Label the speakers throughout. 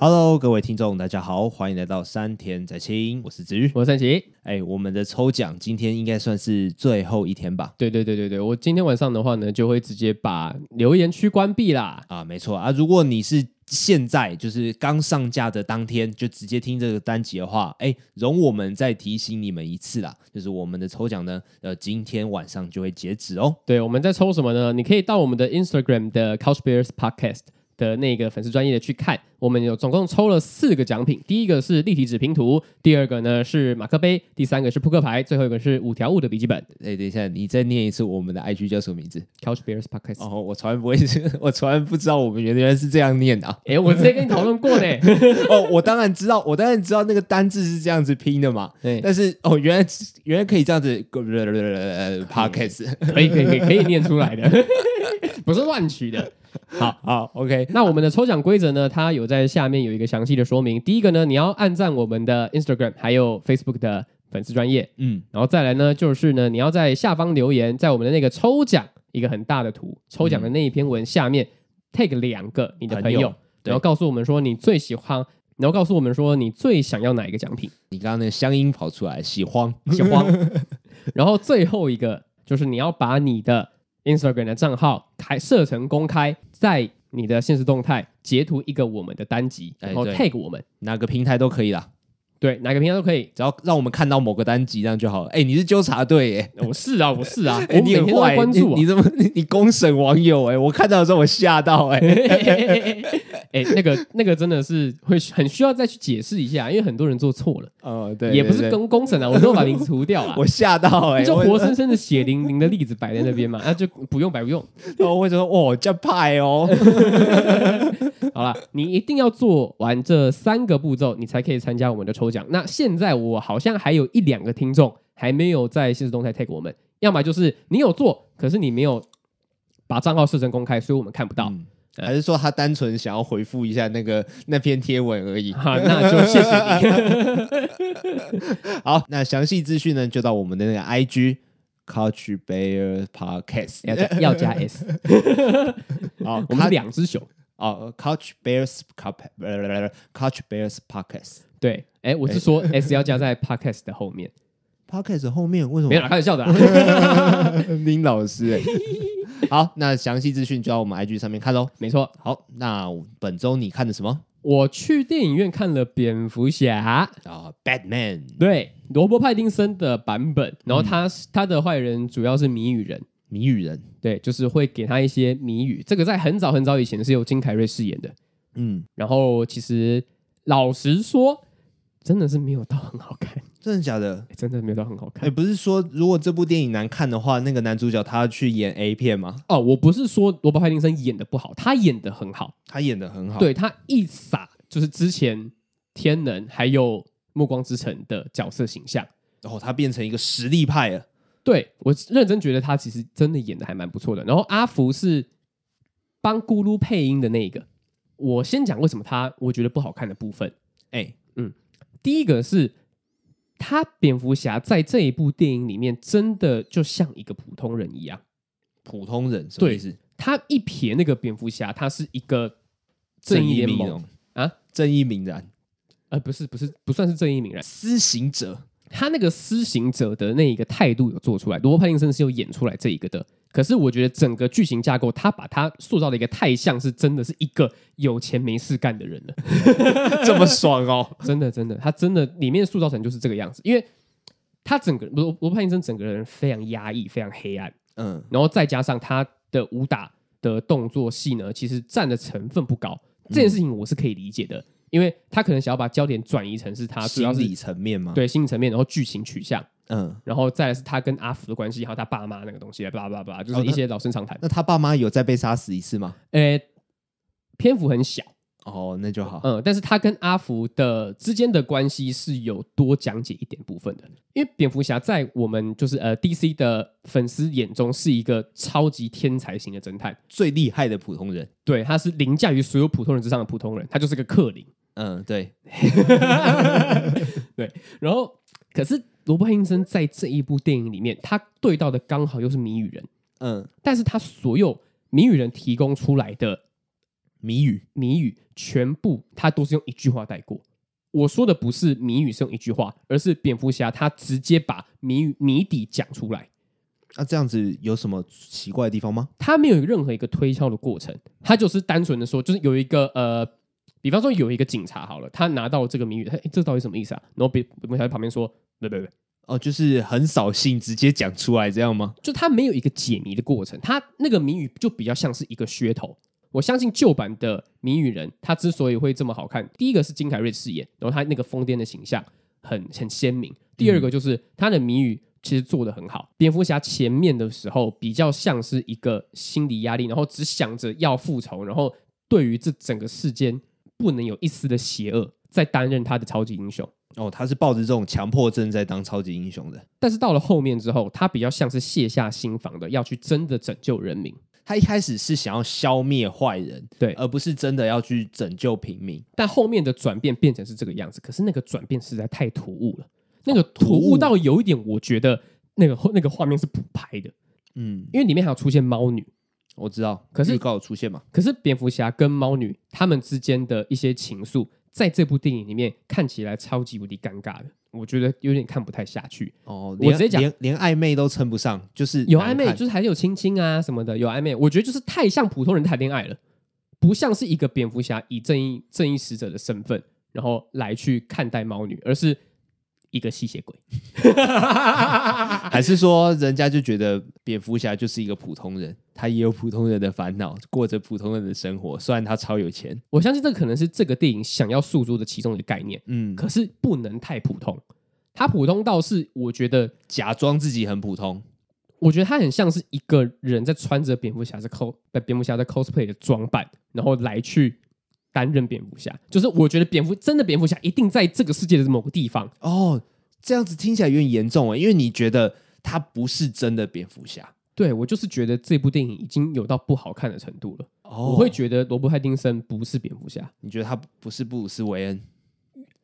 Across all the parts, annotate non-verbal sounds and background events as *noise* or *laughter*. Speaker 1: Hello，各位听众，大家好，欢迎来到山田在清，我是子瑜。
Speaker 2: 我是陈奇，
Speaker 1: 哎、我们的抽奖今天应该算是最后一天吧？
Speaker 2: 对对对对对，我今天晚上的话呢，就会直接把留言区关闭啦。
Speaker 1: 啊，没错啊，如果你是现在就是刚上架的当天就直接听这个单集的话，哎、容我们再提醒你们一次啦，就是我们的抽奖呢，呃，今天晚上就会截止哦。
Speaker 2: 对，我们在抽什么呢？你可以到我们的 Instagram 的 Couch Bears Podcast 的那个粉丝专业去看，我们有总共抽了四个奖品，第一个是立体纸拼图，第二个呢是马克杯，第三个是扑克牌，最后一个是五条悟的笔记本。
Speaker 1: 哎、等一下，你再念一次我们的 IG 叫什么名字？
Speaker 2: Couch Bears Podcast。
Speaker 1: 哦，我从来不会， *laughs* 我从来不知道我们原来是这样念的、啊。
Speaker 2: 哎、我之前跟你讨论过呢。
Speaker 1: 哦，我当然知道，我当然知道那个单字是这样子拼的嘛。
Speaker 2: 对，
Speaker 1: 但是哦，原来原来 *laughs* 可以这样子 podcast *laughs*
Speaker 2: 可以可以可以可以念出来的，不是乱取的。
Speaker 1: 好，OK， *laughs*
Speaker 2: 那我们的抽奖规则呢？它有在下面有一个详细的说明。第一个呢，你要按赞我们的 Instagram 还有 Facebook 的粉丝专业，
Speaker 1: 嗯，
Speaker 2: 然后再来呢，就是呢，你要在下方留言，在我们的那个抽奖一个很大的图，抽奖的那一篇文下面 take 两个你的朋
Speaker 1: 朋
Speaker 2: 友
Speaker 1: 友，对
Speaker 2: 然后告诉我们说你最喜欢，然后告诉我们说你最想要哪一个奖品，
Speaker 1: 你刚刚那个乡音跑出来，喜 *laughs* 欢，
Speaker 2: 喜欢。然后最后一个就是你要把你的 Instagram 的账号开设成公开，在你的现实动态截图一个我们的单集，
Speaker 1: 哎
Speaker 2: 然后
Speaker 1: 对
Speaker 2: tag 我们，
Speaker 1: 哪个平台都可以啦，
Speaker 2: 对，哪个平台都可以。
Speaker 1: 只要让我们看到某个单集，这样就好了。哎，你是纠察队耶，
Speaker 2: 我是啊，我是
Speaker 1: *laughs*
Speaker 2: 啊，
Speaker 1: 哎
Speaker 2: 我每
Speaker 1: 你
Speaker 2: 天
Speaker 1: 很
Speaker 2: 都在
Speaker 1: 坏，
Speaker 2: 关
Speaker 1: 你
Speaker 2: 注啊
Speaker 1: 你。 *laughs* 怎么你你公审网友？哎，我看到的时候我吓到，哎，
Speaker 2: *laughs*
Speaker 1: *laughs*
Speaker 2: 哎，那个那个真的是会很需要再去解释一下，因为很多人做错了，
Speaker 1: 哦，对，
Speaker 2: 也不
Speaker 1: 对
Speaker 2: 是
Speaker 1: 对
Speaker 2: 工工程啊，我都把名字涂掉了。
Speaker 1: 我吓到，哎，
Speaker 2: 就
Speaker 1: 我
Speaker 2: 活生生的血淋淋的例子摆在那边嘛，那、就不用白不用。
Speaker 1: 然后哦我就说，哇，这派哦， *laughs*
Speaker 2: 好了，你一定要做完这三个步骤，你才可以参加我们的抽奖。那现在我好像还有一两个听众还没有在现实动态 tag 我们，要么就是你有做，可是你没有把账号设成公开，所以我们看不到。
Speaker 1: 嗯还是说他单纯想要回复一下那个那篇贴文而已？
Speaker 2: 好，那就谢谢你。
Speaker 1: 好，那详细资讯呢，就到我们的那个 IG Couch Bear Podcast。
Speaker 2: *laughs* 要加要 *laughs* 加 S，
Speaker 1: 好，
Speaker 2: 我们是两只熊。
Speaker 1: 哦，Couch Bears Cup Couch Bears Podcast。
Speaker 2: 对，哎，我是说 S 要加在 podcast 的后 *laughs* 面，
Speaker 1: Podcast 后面为什
Speaker 2: 没有
Speaker 1: 么？呃
Speaker 2: 啦，开玩笑的啊。 *laughs*
Speaker 1: 林老师欸。好，那详细资讯就到我们 IG 上面看喽。
Speaker 2: 没错，
Speaker 1: 好，那本周你看的什么
Speaker 2: 我去电影院看了蝙蝠侠。
Speaker 1: 啊？Batman
Speaker 2: 对，罗伯·派丁森的版本，然后他、他的坏人主要是谜语人，
Speaker 1: 谜语人。
Speaker 2: 对，就是会给他一些谜语。这个在很早很早以前是由金凯瑞饰演的。
Speaker 1: 嗯，
Speaker 2: 然后其实老实说，真的是没有到很好看，
Speaker 1: 真的假的？
Speaker 2: 诶真的没有到很好看
Speaker 1: 哎，。不是说如果这部电影难看的话，那个男主角他要去演 A 片吗？
Speaker 2: 哦，我不是说罗伯·派丁森演的不好，他演的很好，
Speaker 1: 他演的很好。
Speaker 2: 对他一撒就是之前天能还有暮光之城的角色形象。
Speaker 1: 然哦后他变成一个实力派了。
Speaker 2: 对我认真觉得他其实真的演的还蛮不错的。然后阿福是帮咕噜配音的那一个。我先讲为什么他我觉得不好看的部分。
Speaker 1: 哎、
Speaker 2: 第一个是他蝙蝠侠在这一部电影里面真的就像一个普通人一样，
Speaker 1: 普通人什么
Speaker 2: 对
Speaker 1: 意思？
Speaker 2: 他一瞥那个蝙蝠侠，他是一个正义联盟啊，
Speaker 1: 正义凛然，
Speaker 2: 呃，不是不是不算是正义凛然，
Speaker 1: 施行
Speaker 2: *laughs*
Speaker 1: 者。
Speaker 2: 他那个施行者的那一个态度有做出来，罗伯·派丁森是有演出来这一个的。可是我觉得整个剧情架构，他把他塑造的一个太像是真的是一个有钱没事干的人
Speaker 1: *laughs*
Speaker 2: 了，
Speaker 1: 这么爽哦！
Speaker 2: 真的真的，他真的里面塑造成就是这个样子，因为他整个罗罗伯·派丁森整个人非常压抑，非常黑暗，
Speaker 1: *laughs* 嗯，
Speaker 2: 然后再加上他的武打的动作戏呢，其实占的成分不高，这件事情我是可以理解的，因为他可能想要把焦点转移成是他啊主要
Speaker 1: 心
Speaker 2: 是
Speaker 1: 理层面嘛，，
Speaker 2: 对心理层面，然后剧情取向。
Speaker 1: 嗯，
Speaker 2: 然后再来是他跟阿福的关系，还有他爸妈那个东西，叭叭叭，就是一些老生常谈。
Speaker 1: 那他爸妈有再被杀死一次吗？
Speaker 2: 呃，篇幅很小，
Speaker 1: 哦，那就好。
Speaker 2: 嗯，但是他跟阿福的之间的关系是有多讲解一点部分的，因为蝙蝠侠在我们就是呃 DC 的粉丝眼中是一个超级天才型的侦探，
Speaker 1: 最厉害的普通人，
Speaker 2: 对，他是凌驾于所有普通人之上的普通人，他就是个克林。
Speaker 1: 嗯，对，
Speaker 2: 对，然后可是罗伯·汉森在这一部电影里面，他对到的刚好又是谜语人。
Speaker 1: 嗯，
Speaker 2: 但是他所有谜语人提供出来的
Speaker 1: 谜语，
Speaker 2: 谜语全部他都是用一句话带过。我说的不是谜语是用一句话，而是蝙蝠侠他直接把谜语谜底讲出来，
Speaker 1: 那、这样子有什么奇怪的地方吗？
Speaker 2: 他没有任何一个推敲的过程，他就是单纯的说，就是有一个呃，比方说有一个警察好了，他拿到这个谜语，他诶这到底什么意思啊？然后蝙蝙蝠侠在旁边说，对对对，
Speaker 1: 哦，就是很扫兴，直接讲出来这样吗？
Speaker 2: 就他没有一个解谜的过程，他那个谜语就比较像是一个噱头。我相信旧版的谜语人，他之所以会这么好看，第一个是金凯瑞饰演，然后他那个疯癫的形象很很鲜明；第二个就是他的谜语其实做的很好。蝙蝠侠前面的时候比较像是一个心理压力，然后只想着要复仇，然后对于这整个世间不能有一丝的邪恶，在担任他的超级英雄。
Speaker 1: 哦，他是抱着这种强迫症在当超级英雄的。
Speaker 2: 但是到了后面之后，他比较像是卸下心防的，要去真的拯救人民。
Speaker 1: 他一开始是想要消灭坏人，
Speaker 2: 对
Speaker 1: 而不是真的要去拯救平民。
Speaker 2: 但后面的转变变成是这个样子，可是那个转变实在太突兀了，那个哦突
Speaker 1: 突
Speaker 2: 兀
Speaker 1: 兀
Speaker 2: 到有一点，我觉得那个那个画面是补拍的，
Speaker 1: 嗯，
Speaker 2: 因为里面还有出现猫女，
Speaker 1: 我知道，
Speaker 2: 可是
Speaker 1: 预告有出现嘛？
Speaker 2: 可是蝙蝠侠跟猫女他们之间的一些情愫，在这部电影里面看起来超级无敌尴尬的，我觉得有点看不太下去。
Speaker 1: 哦，
Speaker 2: 我
Speaker 1: 连
Speaker 2: 直接讲
Speaker 1: 连连暧昧都称不上，就是
Speaker 2: 有
Speaker 1: 难
Speaker 2: 暧昧，
Speaker 1: 看
Speaker 2: 就是还是有亲亲啊什么的，有暧昧，我觉得就是太像普通人谈恋爱了，不像是一个蝙蝠侠以正义正义使者的身份，然后来去看待猫女，而是一个吸血鬼。
Speaker 1: 还是说人家就觉得蝙蝠侠就是一个普通人，他也有普通人的烦恼，过着普通人的生活。虽然他超有钱，
Speaker 2: 我相信这可能是这个电影想要诉诸的其中一个概念，
Speaker 1: 嗯，
Speaker 2: 可是不能太普通。它普通到是我觉得，
Speaker 1: 假装自己很普通，
Speaker 2: 我觉得它很像是一个人在穿着蝙蝠侠在 cos 在蝙蝠侠在 cosplay 的装扮，然后来去担任蝙蝠侠。就是我觉得蝙蝠真的蝙蝠侠一定在这个世界的某个地方，
Speaker 1: 哦，这样子听起来有点严重啊，因为你觉得他不是真的蝙蝠侠。
Speaker 2: 对我就是觉得这部电影已经有到不好看的程度了。
Speaker 1: 哦
Speaker 2: 我会觉得罗伯·派丁森不是蝙蝠侠，
Speaker 1: 你觉得他不是布鲁斯韦恩，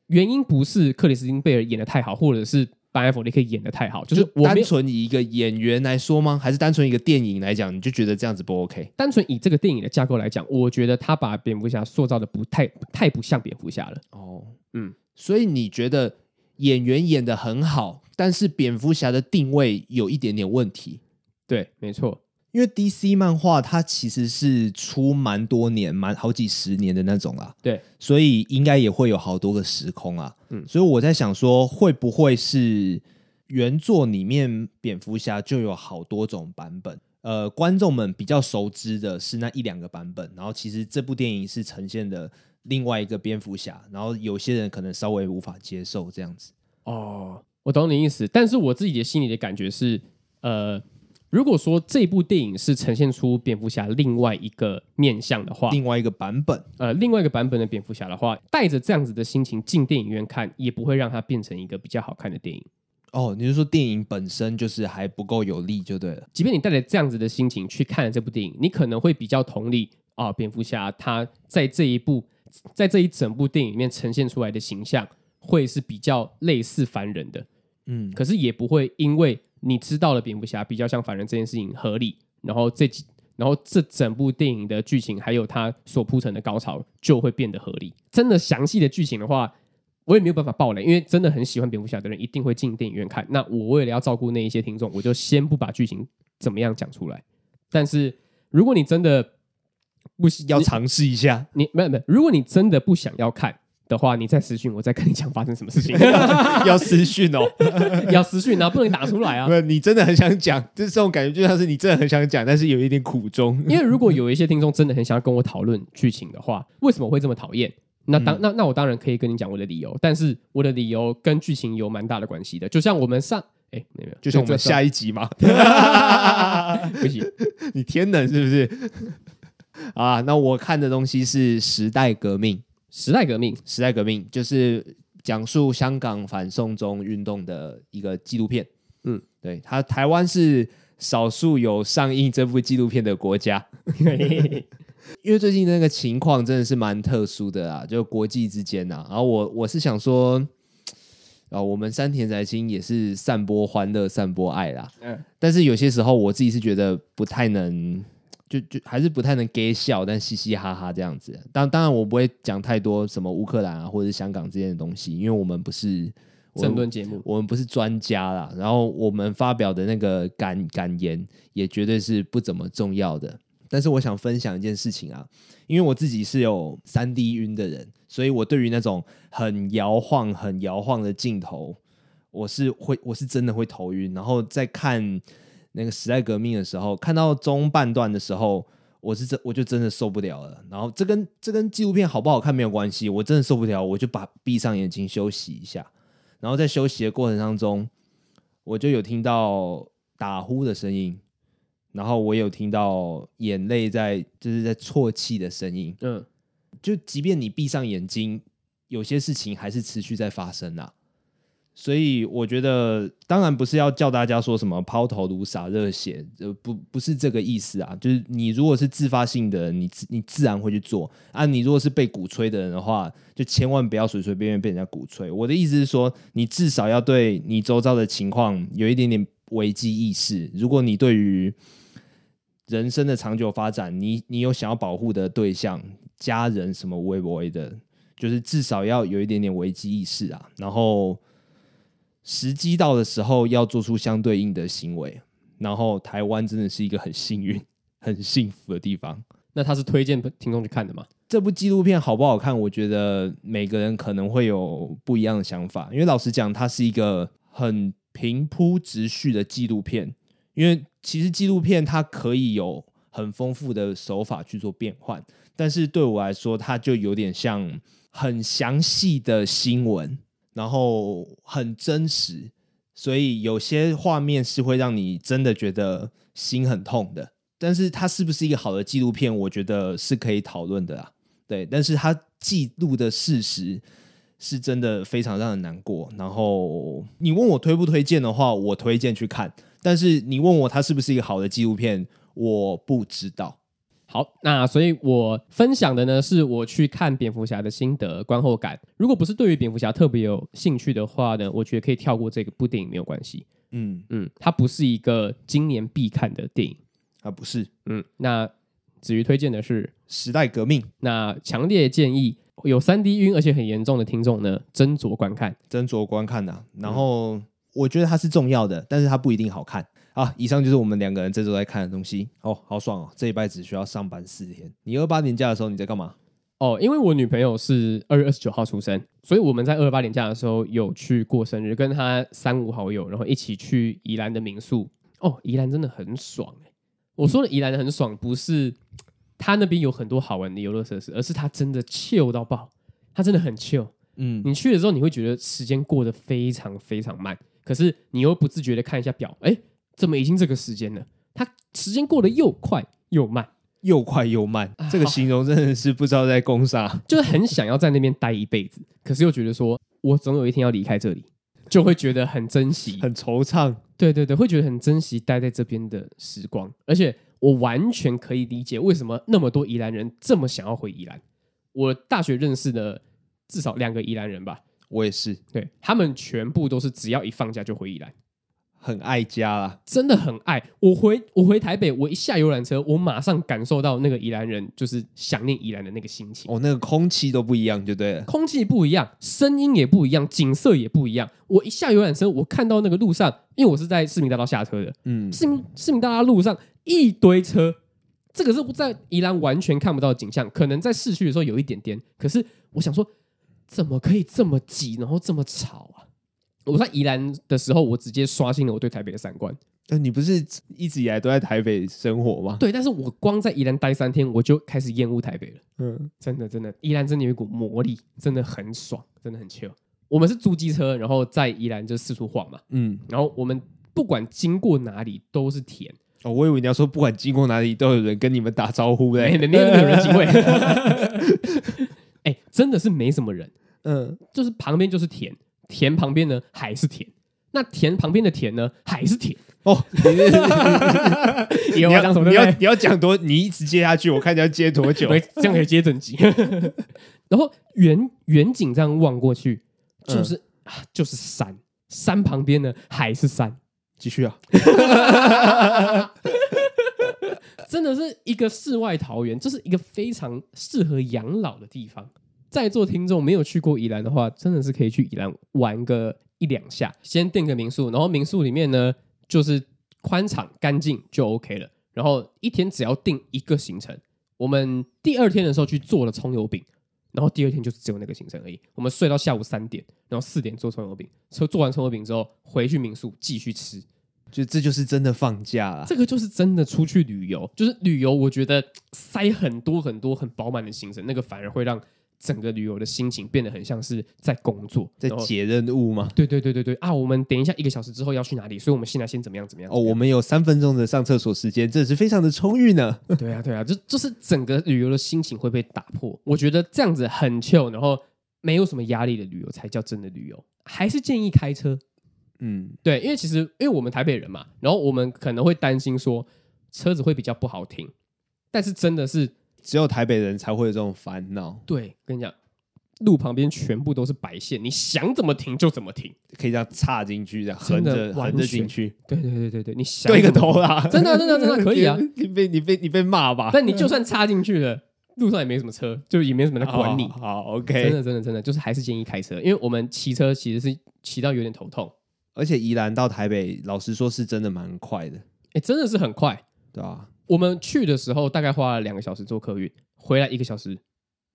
Speaker 2: 原因不是克里斯汀贝尔演的太好，或者是班艾弗雷克演的太好，就是我没
Speaker 1: 单
Speaker 2: 有
Speaker 1: 纯以一个演员来说吗？还是单纯一个电影来讲，你就觉得这样子不 OK？
Speaker 2: 单纯以这个电影的架构来讲，我觉得他把蝙蝠侠塑造的不太太不像蝙蝠侠了。
Speaker 1: 哦，
Speaker 2: 嗯
Speaker 1: 嗯，所以你觉得演员演的很好，但是蝙蝠侠的定位有一点点问题。
Speaker 2: 对，没错，
Speaker 1: 因为 DC 漫画它其实是出蛮多年、蛮好几十年的那种啊啦，
Speaker 2: 对，
Speaker 1: 所以应该也会有好多个时空啊。
Speaker 2: 嗯
Speaker 1: 嗯，所以我在想说，会不会是原作里面蝙蝠侠就有好多种版本？呃，观众们比较熟知的是那一两个版本，然后其实这部电影是呈现的另外一个蝙蝠侠，然后有些人可能稍微无法接受这样子。
Speaker 2: 哦，我懂你意思，但是我自己的心里的感觉是，呃，如果说这部电影是呈现出蝙蝠侠另外一个面向的话，
Speaker 1: 另外一个版本，
Speaker 2: 呃，另外一个版本的蝙蝠侠的话，带着这样子的心情进电影院看，也不会让它变成一个比较好看的电影。
Speaker 1: 哦，你是说电影本身就是还不够有力就对了。
Speaker 2: 即便你带着这样子的心情去看这部电影，你可能会比较同理啊，蝙蝠侠他在这一部，在这一整部电影里面呈现出来的形象，会是比较类似凡人的。
Speaker 1: 嗯，
Speaker 2: 可是也不会因为你知道了蝙蝠侠比较像凡人这件事情合理，然后这几然后这整部电影的剧情还有它所铺成的高潮就会变得合理。真的详细的剧情的话，我也没有办法爆雷，因为真的很喜欢蝙蝠侠的人一定会进电影院看。那我为了要照顾那一些听众，我就先不把剧情怎么样讲出来。但是如果你真的不喜
Speaker 1: *laughs* 要尝试一下。
Speaker 2: 你没有没有，如果你真的不想要看的话，你再私信我，再跟你讲发生什么事情。
Speaker 1: *laughs* 要私讯 *laughs* 哦。
Speaker 2: 要私讯啊，不能打出来啊
Speaker 1: 不。是，你真的很想讲， *laughs* 就是这种感觉，就像是你真的很想讲，但是有一点苦
Speaker 2: *laughs*
Speaker 1: 衷。
Speaker 2: 因为如果有一些听众真的很想要跟我讨论剧情的话，为什么会这么讨厌？那当、那那我当然可以跟你讲我的理由，但是我的理由跟剧情有蛮大的关系的。就像我们上 *laughs* 哎没有没有，
Speaker 1: 就像我们
Speaker 2: 这
Speaker 1: 下一集嘛，
Speaker 2: *laughs* 不行，
Speaker 1: *laughs* 你天冷是不是？啊，那我看的东西是《时代革命》，《
Speaker 2: 时代革命
Speaker 1: 时代革命》就是讲述香港反送中运动的一个纪录片。
Speaker 2: 嗯
Speaker 1: 嗯，对，它台湾是少数有上映这部纪录片的国家。因为最近那个情况真的是蛮特殊的啊，就国际之间呐、啊。然后我我是想说，啊、我们山田宅心也是散播欢乐、散播爱啦。
Speaker 2: *laughs* 嗯
Speaker 1: 但是有些时候我自己是觉得不太能就就还是不太能 gay 笑，但嘻嘻哈哈这样子。当当然，我不会讲太多什么乌克兰啊或者是香港之间的东西，因为我们不是我们
Speaker 2: 整顿节目
Speaker 1: 我们不是专家啦。然后我们发表的那个感感言也绝对是不怎么重要的。但是我想分享一件事情啊，因为我自己是有三 D 晕的人，所以我对于那种很摇晃、很摇晃的镜头，我是会，我是真的会头晕。然后在看那个时代革命的时候，看到中半段的时候，我是真我就真的受不了了。然后这跟这跟纪录片好不好看没有关系，我真的受不了，我就把闭上眼睛休息一下。然后在休息的过程当中，我就有听到打呼的声音，然后我有听到眼泪在就是在啜泣的声音。
Speaker 2: 嗯，
Speaker 1: 就即便你闭上眼睛，有些事情还是持续在发生啊。所以我觉得，当然不是要叫大家说什么抛头颅洒热血，呃，不不是这个意思啊。就是你如果是自发性的人，你自你自然会去做啊。你如果是被鼓吹的人的话，就千万不要随随便便被人家鼓吹。我的意思是说，你至少要对你周遭的情况有一点点危机意识。如果你对于人生的长久发展，你你有想要保护的对象、家人什么微不微的，就是至少要有一点点危机意识啊。然后时机到的时候，要做出相对应的行为。然后台湾真的是一个很幸运、很幸福的地方。
Speaker 2: 那他是推荐听众去看的嘛？
Speaker 1: 这部纪录片好不好看，我觉得每个人可能会有不一样的想法。因为老实讲，它是一个很平铺直叙的纪录片。因为其实纪录片它可以有很丰富的手法去做变换，但是对我来说，它就有点像很详细的新闻，然后很真实，所以有些画面是会让你真的觉得心很痛的。但是它是不是一个好的纪录片，我觉得是可以讨论的啊。对，但是它记录的事实是真的非常让人难过。然后你问我推不推荐的话，我推荐去看。但是你问我它是不是一个好的纪录片，我不知道。
Speaker 2: 好，那所以我分享的呢，是我去看蝙蝠侠的心得、观后感。如果不是对于蝙蝠侠特别有兴趣的话呢，我觉得可以跳过这个部电影没有关系。
Speaker 1: 嗯，
Speaker 2: 嗯，它不是一个今年必看的电影。
Speaker 1: 啊，不是
Speaker 2: 嗯，那子瑜推荐的是
Speaker 1: 时代革命，
Speaker 2: 那强烈建议有三 D 晕而且很严重的听众呢，斟酌观看。
Speaker 1: 斟酌观看呐、然后、我觉得它是重要的，但是它不一定好看。啊，以上就是我们两个人这周在看的东西哦，好爽哦！这一拜只需要上班四天。你二八年假的时候你在干嘛？
Speaker 2: 哦，因为我女朋友是二月二十九号出生，所以我们在二八年假的时候有去过生日，跟她三五好友，然后一起去宜兰的民宿。哦，宜兰真的很爽哎、我说的宜兰很爽，不是它那边有很多好玩的游乐设施，而是它真的 chill 到爆，它真的很 chill。
Speaker 1: 嗯，
Speaker 2: 你去了之后，你会觉得时间过得非常非常慢，可是你又不自觉的看一下表，哎，怎么已经这个时间了？它时间过得又快又慢，
Speaker 1: 又快又慢
Speaker 2: 啊，
Speaker 1: 这个形容真的是不知道在攻啥。
Speaker 2: 就是很想要在那边待一辈子，可是又觉得说我总有一天要离开这里，就会觉得很珍惜，
Speaker 1: 很惆怅。
Speaker 2: 对对对，会觉得很珍惜待在这边的时光，而且我完全可以理解为什么那么多宜兰人这么想要回宜兰。我大学认识的至少两个宜兰人吧，
Speaker 1: 我也是
Speaker 2: 对他们全部都是只要一放假就回宜兰。
Speaker 1: 很爱家啦，
Speaker 2: 真的很爱。我回我回台北，我一下游览车，我马上感受到那个宜兰人就是想念宜兰的那个心情。
Speaker 1: 哦，那个空气都不一样，就对了。
Speaker 2: 空气不一样，声音也不一样，景色也不一样。我一下游览车，我看到那个路上，因为我是在市民大道下车的，
Speaker 1: 嗯，
Speaker 2: 市民市民大道路上一堆车，这个是在宜兰完全看不到的景象，可能在市区的时候有一点点，可是我想说，怎么可以这么挤，然后这么吵啊？我在宜兰的时候，我直接刷新了我对台北的三观。
Speaker 1: 那你不是一直以来都在台北生活吗？
Speaker 2: 对，但是我光在宜兰待三天，我就开始厌恶台北了。
Speaker 1: 嗯，
Speaker 2: 真的，真的，宜兰真的有一股魔力，真的很爽，真的很 chill。我们是租机车，然后在宜兰就四处晃嘛，
Speaker 1: 嗯，
Speaker 2: 然后我们不管经过哪里都是田，
Speaker 1: 哦，我以为你要说不管经过哪里都有人跟你们打招呼
Speaker 2: 没
Speaker 1: 嘞。
Speaker 2: 没没有人机会。 *laughs* 哎、真的是没什么人，
Speaker 1: 嗯，
Speaker 2: 就是旁边就是田，田旁边呢还是田，那田旁边的田呢还是田，
Speaker 1: 哦，你 *laughs* 是
Speaker 2: 也有
Speaker 1: 你
Speaker 2: 要
Speaker 1: 要
Speaker 2: 讲什么
Speaker 1: 你
Speaker 2: 对不
Speaker 1: 要
Speaker 2: 对？
Speaker 1: 你要讲多，你一直接下去，我看你要接多久
Speaker 2: 没，。这样可以接整集。 *laughs* 然后远远景这样望过去，就是、啊就是山，山旁边呢还是山，
Speaker 1: 继续啊，
Speaker 2: *laughs* 真的是一个世外桃源，这是一个非常适合养老的地方。在座听众没有去过宜兰的话，真的是可以去宜兰玩个一两下，先订个民宿，然后民宿里面呢就是宽敞干净就 OK 了。然后一天只要订一个行程，我们第二天的时候去做了葱油饼，然后第二天就只有那个行程而已。我们睡到下午三点，然后四点做葱油饼，做做完葱油饼之后回去民宿继续吃。
Speaker 1: 就这就是真的放假了。
Speaker 2: 这个就是真的出去旅游，就是旅游，我觉得塞很多很多很饱满的行程，那个反而会让整个旅游的心情变得很像是在工作，
Speaker 1: 在
Speaker 2: 然后
Speaker 1: 解任务吗？
Speaker 2: 对对对对对啊！我们等一下一个小时之后要去哪里，所以我们现在先怎么样怎么样？
Speaker 1: 哦，我们有三分钟的上厕所时间，这是非常的充裕呢。
Speaker 2: 们对啊对啊，就就是整个旅游的心情会被打破。我觉得这样子很 chill，然后没有什么压力的旅游才叫真的旅游。还是建议开车，
Speaker 1: 嗯，
Speaker 2: 对，因为其实因为我们台北人嘛，然后我们可能会担心说车子会比较不好停，但是真的是
Speaker 1: 只有台北人才会有这种烦恼，
Speaker 2: 对，跟你讲，路旁边全部都是白线，你想怎么停就怎么停。
Speaker 1: 可以这样插进去，这样
Speaker 2: 真
Speaker 1: 横
Speaker 2: 的
Speaker 1: 着
Speaker 2: 完
Speaker 1: 横着
Speaker 2: 全
Speaker 1: 进去，
Speaker 2: 对对对对对，你想
Speaker 1: 对个
Speaker 2: 怎么 *laughs*
Speaker 1: 头啦！
Speaker 2: 真的啊真的啊真的啊可以啊。
Speaker 1: *laughs* 你被你被你被骂吧
Speaker 2: 停，？但你
Speaker 1: *laughs*
Speaker 2: 就算插进去了，路上也没什么车，就也没什么人来管你。
Speaker 1: 好好
Speaker 2: 啊真
Speaker 1: ，OK。
Speaker 2: 的真的真的，就是还是建议开车，因为我们骑车其实是骑到有点头痛，
Speaker 1: 而且宜兰到台北，老实说是真的蛮快的，
Speaker 2: 哎，真的是很快。
Speaker 1: 对吧、
Speaker 2: 我们去的时候大概花了两个小时坐客运，回来一个小时。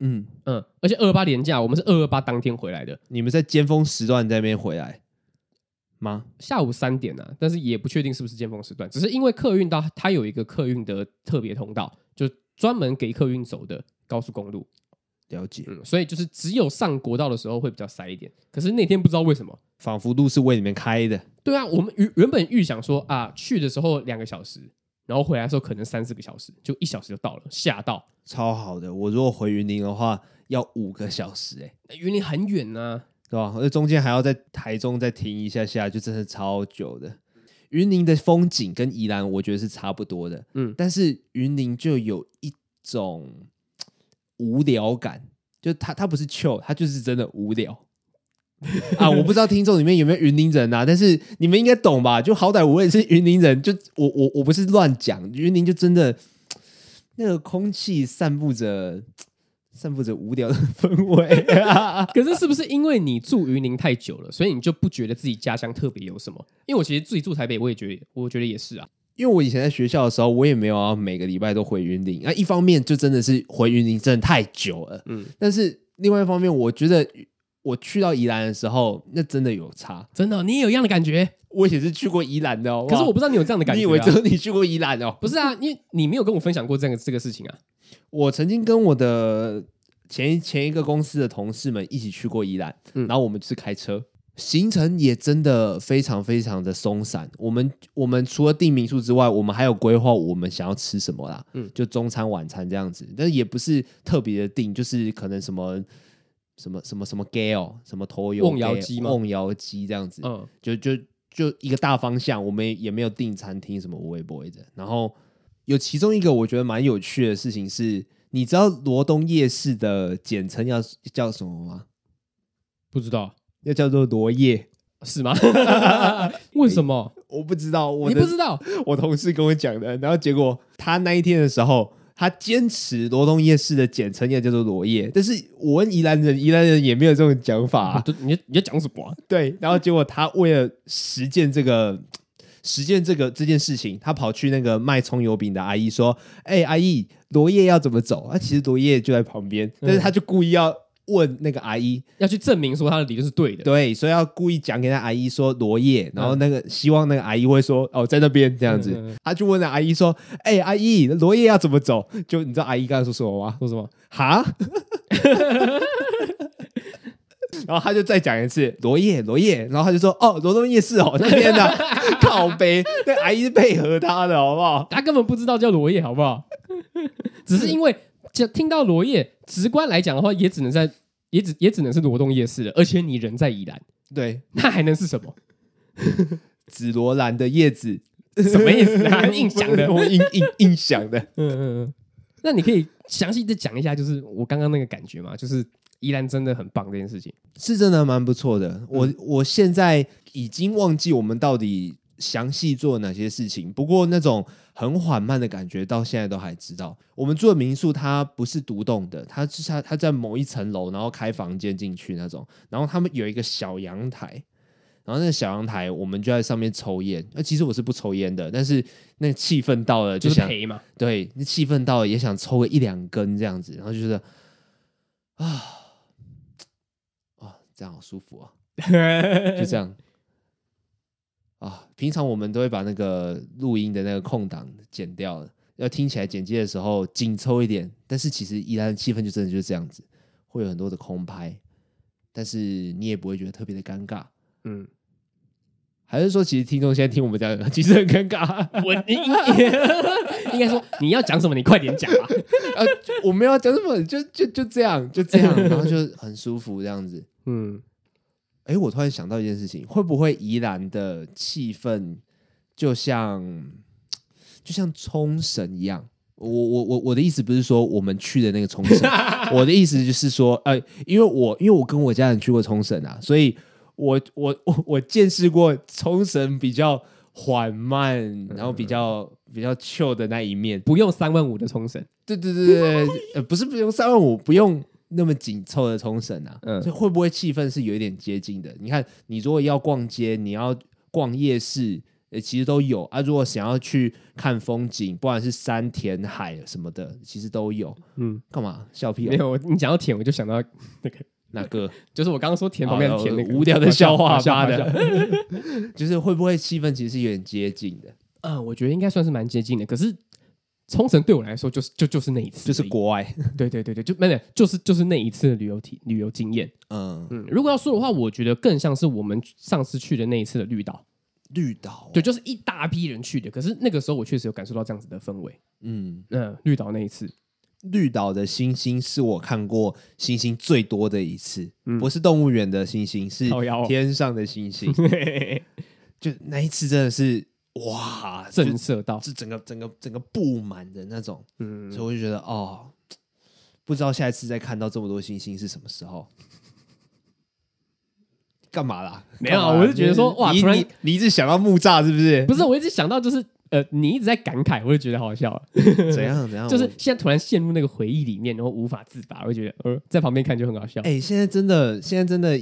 Speaker 1: 嗯，
Speaker 2: 嗯，而且二二八年假，我们是二二八当天回来的，
Speaker 1: 你们在尖峰时段在那边回来吗？
Speaker 2: 下午三点啊，但是也不确定是不是尖峰时段，只是因为客运到它有一个客运的特别通道，就专门给客运走的高速公路，
Speaker 1: 了解，
Speaker 2: 嗯，所以就是只有上国道的时候会比较塞一点。可是那天不知道为什么，
Speaker 1: 仿佛都是为你们开的，
Speaker 2: 对啊，我们原原本预想说啊，去的时候两个小时，然后回来的时候可能三四个小时，就一小时就到了，吓到。
Speaker 1: 超好的。我如果回云林的话，要五个小时、欸，哎，
Speaker 2: 那云林很远啊呐、
Speaker 1: 对吧？而中间还要在台中再停一下下，就真的超久的。云林的风景跟宜兰我觉得是差不多的，
Speaker 2: 嗯
Speaker 1: 但是云林就有一种无聊感，就它它不是 chill，它就是真的无聊。啊，我不知道听众里面有没有云林人啊，但是你们应该懂吧？就好歹我也是云林人，就我我我不是乱讲，云林就真的那个空气散布着散布着无聊的氛围、啊
Speaker 2: 可是是不是因为你住云林太久了，所以你就不觉得自己家乡特别有什么？因为我其实自己住台北，我也觉得，我觉得也是啊。
Speaker 1: 因为我以前在学校的时候，我也没有要每个礼拜都回云林。那一方面就真的是回云林真的太久了，
Speaker 2: 嗯
Speaker 1: 嗯。但是另外一方面，我觉得我去到宜兰的时候，那真的有差。
Speaker 2: 真的哦、你也有一样的感觉，
Speaker 1: 我以前是去过宜兰的哦，
Speaker 2: 可是我
Speaker 1: 哇
Speaker 2: 不知道你有这样的感
Speaker 1: 你
Speaker 2: 觉、啊。
Speaker 1: 以为只有你去过宜兰哦？
Speaker 2: 不是啊？因为你没有跟我分享过这个这个事情啊。
Speaker 1: 我曾经跟我的前一前一个公司的同事们一起去过宜兰，
Speaker 2: 嗯
Speaker 1: 然后我们就是开车，行程也真的非常非常的松散。我们我们除了订民宿之外，我们还有规划我们想要吃什么啦，
Speaker 2: 嗯
Speaker 1: 就中餐晚餐这样子，但是也不是特别的订，就是可能什么。什么什么什么 gale 什么头油
Speaker 2: 瓮窑鸡吗
Speaker 1: 瓮窑鸡这样子，
Speaker 2: 嗯，
Speaker 1: 就就就一个大方向，我们也没有订餐厅什么无微不微的。然后有其中一个我觉得蛮有趣的事情是，你知道罗东夜市的简称要叫什么吗？
Speaker 2: 不知道
Speaker 1: 要叫做罗夜。
Speaker 2: 是吗？为什么？
Speaker 1: 我不知道，我
Speaker 2: 你
Speaker 1: 的
Speaker 2: 不知道？
Speaker 1: 我同事跟我讲的。然后结果他那一天的时候，他坚持罗东夜市的简称要叫做罗夜，但是我问宜兰人，宜兰人也没有这种讲法、啊
Speaker 2: 啊，。你你在讲什么啊、
Speaker 1: 对，然后结果他为了实践这个实践这个这件事情，他跑去那个卖葱油饼的阿姨说：“哎、阿姨，罗叶要怎么走？”啊，其实罗叶就在旁边，
Speaker 2: 嗯
Speaker 1: 但是他就故意要问那个阿姨，
Speaker 2: 要去证明说他的理论是对的。嗯
Speaker 1: 对，所以要故意讲给那阿姨说罗叶，然后那个、希望那个阿姨会说：“哦，在那边这样子。
Speaker 2: 嗯嗯嗯
Speaker 1: 他就问那阿姨说：“哎、阿姨，罗叶要怎么走？”就你知道阿姨刚才说什么吗？
Speaker 2: 说什么？
Speaker 1: 哈， *laughs* 然后他就再讲一次罗叶罗叶，然后他就说哦罗东夜市哦那边的 *laughs* 靠背，那阿姨是配合他的好不好？
Speaker 2: 他根本不知道叫罗叶，好不好？只是因为就听到罗叶，直观来讲的话，也只能在也只也只能是罗东夜市了。而且你人在宜兰，
Speaker 1: 对，
Speaker 2: 那还能是什么？
Speaker 1: 紫罗兰的叶子
Speaker 2: 什么意
Speaker 1: *laughs*
Speaker 2: 思啊硬想的
Speaker 1: 我硬硬硬想的。
Speaker 2: 嗯嗯嗯。那你可以详细的讲一下，就是我刚刚那个感觉嘛，就是宜兰真的很棒这件事情。
Speaker 1: 是真的蛮不错的。我、我现在已经忘记我们到底详细做哪些事情。不过那种很缓慢的感觉，到现在都还知道。我们住的民宿它不是独栋的，它是它它在某一层楼，然后开房间进去那种。然后他们有一个小阳台，然后那个小阳台我们就在上面抽烟。那其实我是不抽烟的，但是那个气氛到了
Speaker 2: 就
Speaker 1: 就是想
Speaker 2: 赔嘛。
Speaker 1: 对，那气氛到了也想抽个一两根这样子，然后就是啊啊，这样好舒服啊，就这样啊。平常我们都会把那个录音的那个空档剪掉了，要听起来剪辑的时候紧凑一点，但是其实依然气氛就真的就是这样子，会有很多的空拍，但是你也不会觉得特别的尴尬。
Speaker 2: 嗯，
Speaker 1: 还是说，其实听众现在听我们讲，其实很尴尬。啊
Speaker 2: 我应应该说你要讲什么，你快点讲啊。
Speaker 1: 啊，就我没有要讲什么，就就就这样，就这样，然后就很舒服这样子。
Speaker 2: 嗯，
Speaker 1: 哎，我突然想到一件事情，会不会宜兰的气氛就像就像冲绳一样？我我我我的意思不是说我们去的那个冲绳，我的意思就是说，呃，因为我因为我跟我家人去过冲绳啊，所以我我我我见识过冲绳比较缓慢，然后比较比较 chill 的那一面。
Speaker 2: 不用三万五的冲绳。
Speaker 1: 对对对对，对呃，不是不用三万五，不用那么紧凑的冲绳啊，
Speaker 2: 嗯
Speaker 1: 所以会不会气氛是有一点接近的？你看，你如果要逛街，你要逛夜市，呃，其实都有啊。如果想要去看风景，不管是山、田、海什么的，其实都有。
Speaker 2: 嗯，
Speaker 1: 干嘛笑屁
Speaker 2: 没
Speaker 1: 哦？
Speaker 2: 有，你讲到舔，我就想到那个，
Speaker 1: 哪
Speaker 2: *laughs*
Speaker 1: 个？
Speaker 2: 就是我刚刚说舔旁边
Speaker 1: 啊
Speaker 2: 舔那个
Speaker 1: 无聊的笑话
Speaker 2: 发
Speaker 1: 发的， *laughs* 就是会不会气氛其实是有点接近的？
Speaker 2: 嗯，我觉得应该算是蛮接近的。可是冲绳对我来说，就是就就是那一次而已，
Speaker 1: 就是国外，
Speaker 2: 对对对对，就没有，没有就是就是那一次的旅游体旅游经验。
Speaker 1: 嗯，
Speaker 2: 嗯，如果要说的话，我觉得更像是我们上次去的那一次的绿岛，
Speaker 1: 绿岛，
Speaker 2: 对，，就是一大批人去的。可是那个时候我确实有感受到这样子的氛围。
Speaker 1: 嗯，
Speaker 2: 嗯，绿岛那一
Speaker 1: *laughs*
Speaker 2: 次，
Speaker 1: 绿岛的星星是我看过星星最多的一次，
Speaker 2: 嗯
Speaker 1: 不是动物园的星星，是
Speaker 2: 靠腰哦
Speaker 1: 天上的星
Speaker 2: *laughs*
Speaker 1: 星。就那一次真的是哇，就
Speaker 2: 震慑到，
Speaker 1: 是整个整个整个布满的那种，
Speaker 2: 嗯，
Speaker 1: 所以我就觉得哦，不知道下一次再看到这么多星星是什么时候。干嘛啦？
Speaker 2: 没有啊
Speaker 1: 干嘛啦
Speaker 2: 我是觉得说
Speaker 1: 你
Speaker 2: 哇
Speaker 1: 你
Speaker 2: 突然
Speaker 1: 你你一直想到木栅是不是？
Speaker 2: 不是，我一直想到就是呃，你一直在感慨，我就觉得好笑，啊
Speaker 1: 怎样怎样？
Speaker 2: 就是
Speaker 1: 我
Speaker 2: 现在突然陷入那个回忆里面，然后无法自拔，我就觉得呃，在旁边看就很好笑。
Speaker 1: 嗯哎、现在真的，现在真的，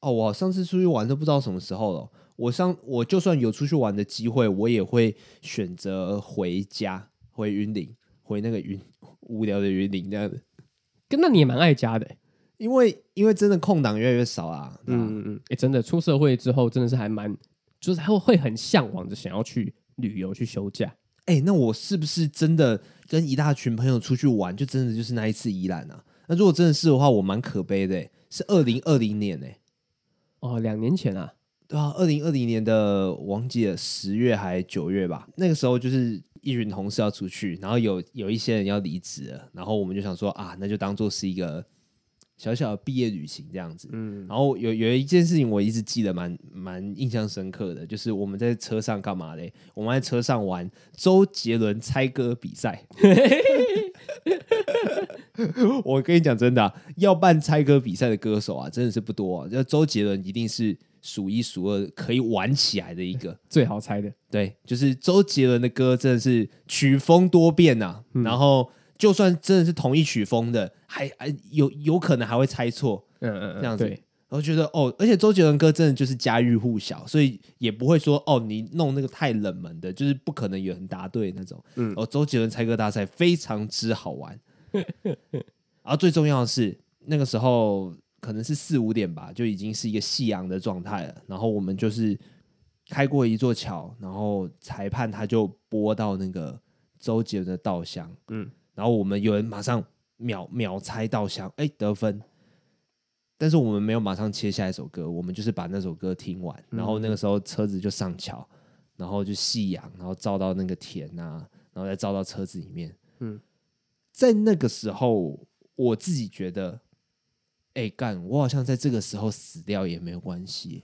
Speaker 1: 哦，我上次出去玩都不知道什么时候了。我上我就算有出去玩的机会，我也会选择回家，回云林，回那个云无聊的云林这样子。
Speaker 2: 跟那你也蛮爱家的、欸
Speaker 1: 因为因为真的空档越来越少啦，嗯，
Speaker 2: 嗯嗯嗯，哎，真的出社会之后，真的是还蛮，就是还会很向往着想要去旅游去休假。
Speaker 1: 哎、那我是不是真的跟一大群朋友出去玩，就真的就是那一次宜兰啊？那如果真的是的话，我蛮可悲的、欸是二零二零年哎、
Speaker 2: 哦，两年前啊，
Speaker 1: 对啊，二零二零年的我忘记了十月还九月吧，那个时候就是一群同事要出去，然后有有一些人要离职了，然后我们就想说啊，那就当做是一个小小的毕业旅行这样子。
Speaker 2: 嗯
Speaker 1: 然后有有一件事情我一直记得蛮蛮印象深刻的，就是我们在车上干嘛嘞？我们在车上玩周杰伦猜歌比赛。 *laughs* 我跟你讲真的啊、要办猜歌比赛的歌手啊，真的是不多、啊。就周杰伦一定是数一数二可以玩起来的一个。
Speaker 2: 最好猜的，
Speaker 1: 对，就是周杰伦的歌真的是曲风多变呐、啊然后就算真的是同一曲风的，还还有有可能还会猜错。
Speaker 2: 嗯嗯
Speaker 1: 这样子
Speaker 2: 对，
Speaker 1: 然后觉得哦，而且周杰伦歌真的就是家喻户晓，所以也不会说哦，你弄那个太冷门的，就是不可能有人答对那种。
Speaker 2: 嗯
Speaker 1: 哦，周杰伦猜歌大赛非常之好玩。然后最重要的是，那个时候可能是四五点吧，就已经是一个夕阳的状态了。然后我们就是开过一座桥，然后裁判他就播到那个周杰伦的稻香，
Speaker 2: 嗯
Speaker 1: 嗯，然后我们有人马上秒秒猜稻香，哎，得分。但是我们没有马上切下一首歌，我们就是把那首歌听完，然后那个时候车子就上桥，然后就夕阳，然后照到那个田啊，然后再照到车子里面。
Speaker 2: 嗯
Speaker 1: 嗯，在那个时候，我自己觉得，哎、干，我好像在这个时候死掉也没有关系。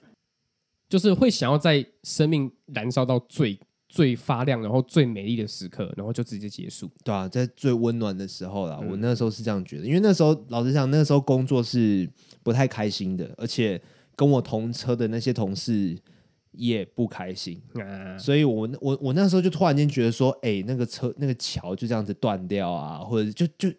Speaker 2: 就是会想要在生命燃烧到最最发亮，然后最美丽的时刻，然后就直接结束。
Speaker 1: 对啊，在最温暖的时候啦，
Speaker 2: 嗯
Speaker 1: 我那时候是这样觉得，因为那时候老实讲，那时候工作是不太开心的，而且跟我同车的那些同事也不开心。
Speaker 2: 啊，
Speaker 1: 所以我那我我那时候就突然间觉得说，哎、那个车那个桥就这样子断掉啊，或者就就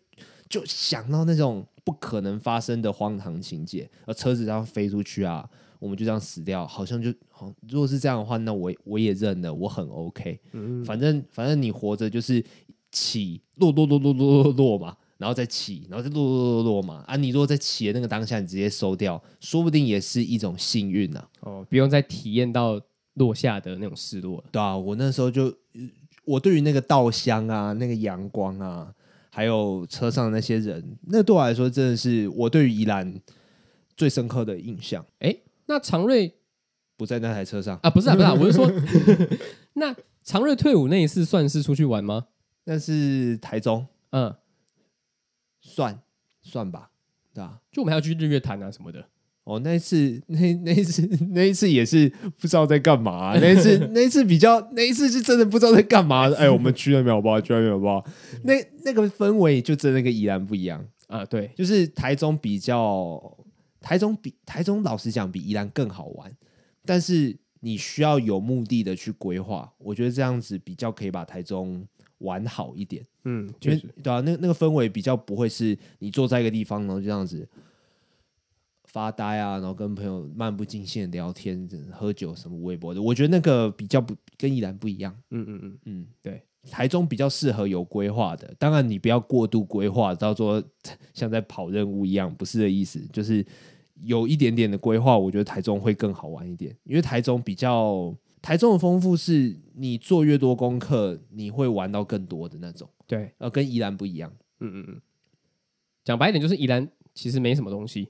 Speaker 1: 就想到那种不可能发生的荒唐情节，而车子这样飞出去啊，我们就这样死掉，好像就好。如果是这样的话，那我也我也认了，我很 OK。反正反正你活着就是起落落落落落落落嘛。然后再起，然后再落落落落落嘛。啊，你如果在起的那个当下，你直接收掉，说不定也是一种幸运啊呐、
Speaker 2: 哦，不用再体验到落下的那种失落了。
Speaker 1: 对啊，我那时候就，呃我对于那个稻香啊、那个阳光啊，还有车上的那些人，那对我来说真的是我对于宜兰最深刻的印象。
Speaker 2: 哎，那常瑞
Speaker 1: 不在那台车上，
Speaker 2: 啊，不是 *laughs* 啊，不是啊，我是说，那常瑞退伍那一次算是出去玩吗？
Speaker 1: 那是台中，
Speaker 2: 嗯，
Speaker 1: 算算吧，对吧、啊？
Speaker 2: 就我们还要去日月潭啊什么的。
Speaker 1: 哦，那一次，那那一次，那一次也是不知道在干嘛、啊那一次，那一次比较，那一次是真的不知道在干嘛。哎，我们去那边好不好？去那边好不好？那那个氛围就真的跟宜兰不一样。
Speaker 2: 啊，对，
Speaker 1: 就是台中比较，台中比台中老实讲比宜兰更好玩，但是你需要有目的的去规划，我觉得这样子比较可以把台中玩好一点，
Speaker 2: 嗯，
Speaker 1: 因
Speaker 2: 确
Speaker 1: 为
Speaker 2: 实，
Speaker 1: 对啊，那那个氛围比较不会是你坐在一个地方，然后就这样子发呆啊，然后跟朋友漫不经心的聊天、喝酒什么微博的，我觉得那个比较不跟宜兰不一样，
Speaker 2: 嗯嗯嗯，
Speaker 1: 嗯，
Speaker 2: 对。
Speaker 1: 台中比较适合有规划的，当然你不要过度规划，到做像在跑任务一样，不是的意思，就是有一点点的规划，我觉得台中会更好玩一点，因为台中比较台中的丰富是你做越多功课，你会玩到更多的那种，
Speaker 2: 对，
Speaker 1: 呃，跟宜兰不一样，
Speaker 2: 嗯嗯嗯。讲白一点，就是宜兰其实没什么东西，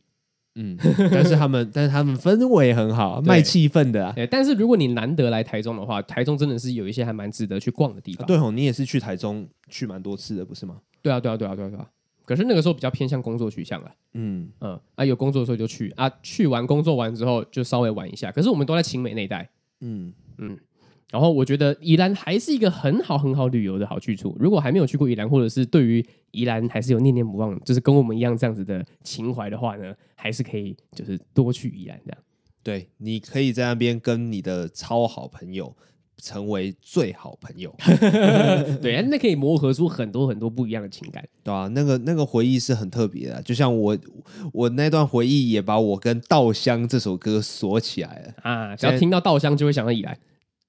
Speaker 1: 嗯，但是他们但是他们氛围很好，
Speaker 2: 对
Speaker 1: 卖气氛的啊，
Speaker 2: 哎，但是如果你难得来台中的话，台中真的是有一些还蛮值得去逛的地
Speaker 1: 啊
Speaker 2: 方。
Speaker 1: 对哦，你也是去台中去蛮多次的，不是吗？
Speaker 2: 对啊，对啊，对啊，对啊，对啊。可是那个时候比较偏向工作取向了，
Speaker 1: 嗯，
Speaker 2: 嗯，啊，有工作的时候就去啊，去完工作完之后就稍微玩一下。可是我们都在晴美那一带，
Speaker 1: 嗯，
Speaker 2: 然后我觉得宜兰还是一个很好很好旅游的好去处。如果还没有去过宜兰，或者是对于宜兰还是有念念不忘，就是跟我们一样这样子的情怀的话呢，还是可以就是多去宜兰这样。
Speaker 1: 对，你可以在那边跟你的超好朋友成为最好朋友，
Speaker 2: 对，那可以磨合出很多很多不一样的情感。
Speaker 1: 对啊，那个那个回忆是很特别的啊，就像我我那段回忆也把我跟《稻香》这首歌锁起来了。
Speaker 2: 啊，只要听到稻香就会想到宜兰。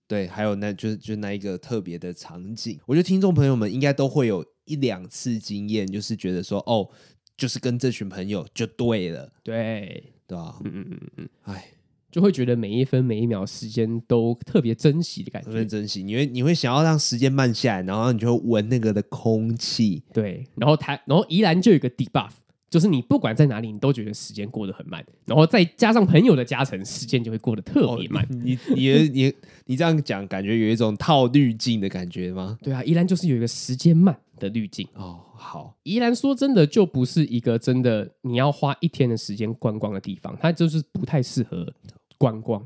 Speaker 1: 对，还有那就是就是那一个特别的场景，我觉得听众朋友们应该都会有一两次经验，就是觉得说哦，就是跟这群朋友就对了，
Speaker 2: 对，
Speaker 1: 对吧、
Speaker 2: 嗯嗯嗯嗯，
Speaker 1: 哎，
Speaker 2: 就会觉得每一分每一秒时间都特别珍惜的感
Speaker 1: 特别
Speaker 2: 觉。
Speaker 1: 珍惜，你会你会想要让时间慢下来，然后你就会闻那个的空气，
Speaker 2: 对，然后台，然后宜兰就有一个 debuff。就是你不管在哪里，你都觉得时间过得很慢，然后再加上朋友的加成，时间就会过得特别慢。
Speaker 1: *laughs* 你你你你这样讲，感觉有一种套滤镜的感觉吗？
Speaker 2: 对啊，宜兰就是有一个时间慢的滤镜。
Speaker 1: 哦，好。
Speaker 2: 宜兰说真的，就不是一个真的你要花一天的时间观光的地方，它就是不太适合观光。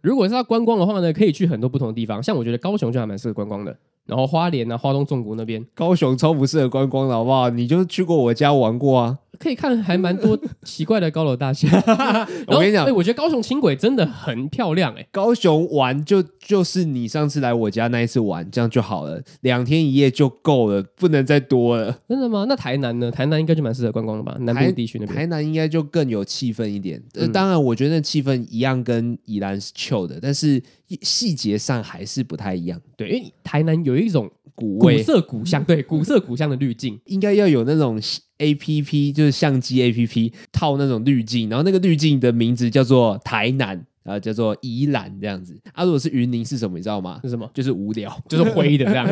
Speaker 2: 如果是要观光的话呢，可以去很多不同的地方，像我觉得高雄就还蛮适合观光的，然后花莲啊、花东纵谷那边
Speaker 1: 高雄超不适合观光的好不好？你就去过我家玩过啊。
Speaker 2: 可以看还蛮多 *laughs* 奇怪的高楼大厦。
Speaker 1: *laughs* 我跟你讲
Speaker 2: 然后哎我觉得高雄轻轨真的很漂亮哎、
Speaker 1: 高雄玩就就是你上次来我家那一次玩，这样就好了，两天一夜就够了，不能再多了。
Speaker 2: 真的吗？那台南呢？台南应该就蛮适合观光的吧？南
Speaker 1: 台
Speaker 2: 部地区那边
Speaker 1: 台南应该就更有气氛一点。呃，
Speaker 2: 嗯
Speaker 1: 当然，我觉得那气氛一样跟宜兰是 chill 的，但是细节上还是不太一样。
Speaker 2: 对，因为台南有一种
Speaker 1: 古
Speaker 2: 古
Speaker 1: 味
Speaker 2: 色古香，对，古色古香的滤镜。
Speaker 1: 应该要有那种 A P P，就是相机 A P P 套那种滤镜，然后那个滤镜的名字叫做台南。啊，叫做宜兰这样子。啊，如果是云林是什么，你知道吗？
Speaker 2: 是什么？
Speaker 1: 就是无聊，
Speaker 2: *laughs* 就是灰的这样。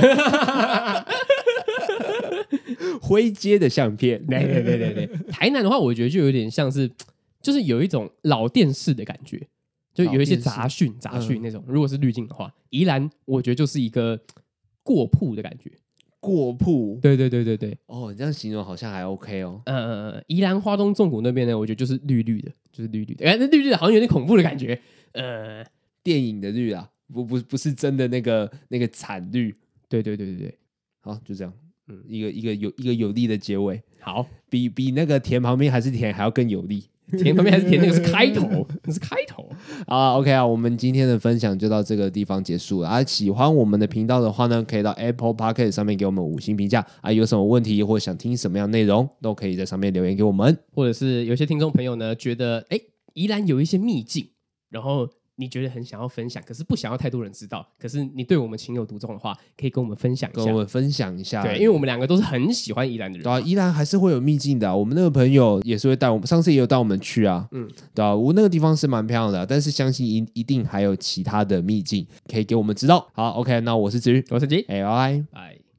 Speaker 1: 灰阶的相片。
Speaker 2: *laughs* 对对对对对，台南的话，我觉得就有点像是，就是有一种老电视的感觉，就有一些杂讯杂讯那种。如果是滤镜的话，宜兰我觉得就是一个过铺的感觉。
Speaker 1: 过铺
Speaker 2: 对对对对对，
Speaker 1: 哦，你这样形容好像还 OK 哦。
Speaker 2: 呃，宜兰花东纵谷那边呢，我觉得就是绿绿的，就是绿绿的，哎，那绿绿的好像有点恐怖的感觉。呃，
Speaker 1: 电影的绿啊，不不不是真的那个那个惨绿。
Speaker 2: 对对对对对，
Speaker 1: 好，就这样，
Speaker 2: 嗯
Speaker 1: 嗯，一个一个有一个有力的结尾，
Speaker 2: 好，
Speaker 1: 比比那个田旁边还是田还要更有力。
Speaker 2: 填旁边还是填那个是开
Speaker 1: *laughs*
Speaker 2: 头，那是开头。
Speaker 1: 好啊，OK 啊，我们今天的分享就到这个地方结束了啊。喜欢我们的频道的话呢，可以到 Apple p o c k e t 上面给我们五星评价啊。有什么问题或想听什么样的内容，都可以在上面留言给我们。
Speaker 2: 或者是有些听众朋友呢，觉得哎，宜兰有一些秘境，然后你觉得很想要分享，可是不想要太多人知道，可是你对我们情有独钟的话，可以跟我们分享一
Speaker 1: 跟
Speaker 2: 下
Speaker 1: 我。们分享一下。
Speaker 2: 对，因为我们两个都是很喜欢宜兰的人
Speaker 1: 对。啊，依然还是会有秘境的啊、我们那个朋友也是会带我们，上次也有带我们去啊。
Speaker 2: 嗯
Speaker 1: 嗯，对啊，我那个地方是蛮漂亮的啊，但是相信一一定还有其他的秘境可以给我们知道。好，OK，那我是子瑜，
Speaker 2: 我是吉，
Speaker 1: 哎，拜拜。
Speaker 2: 拜。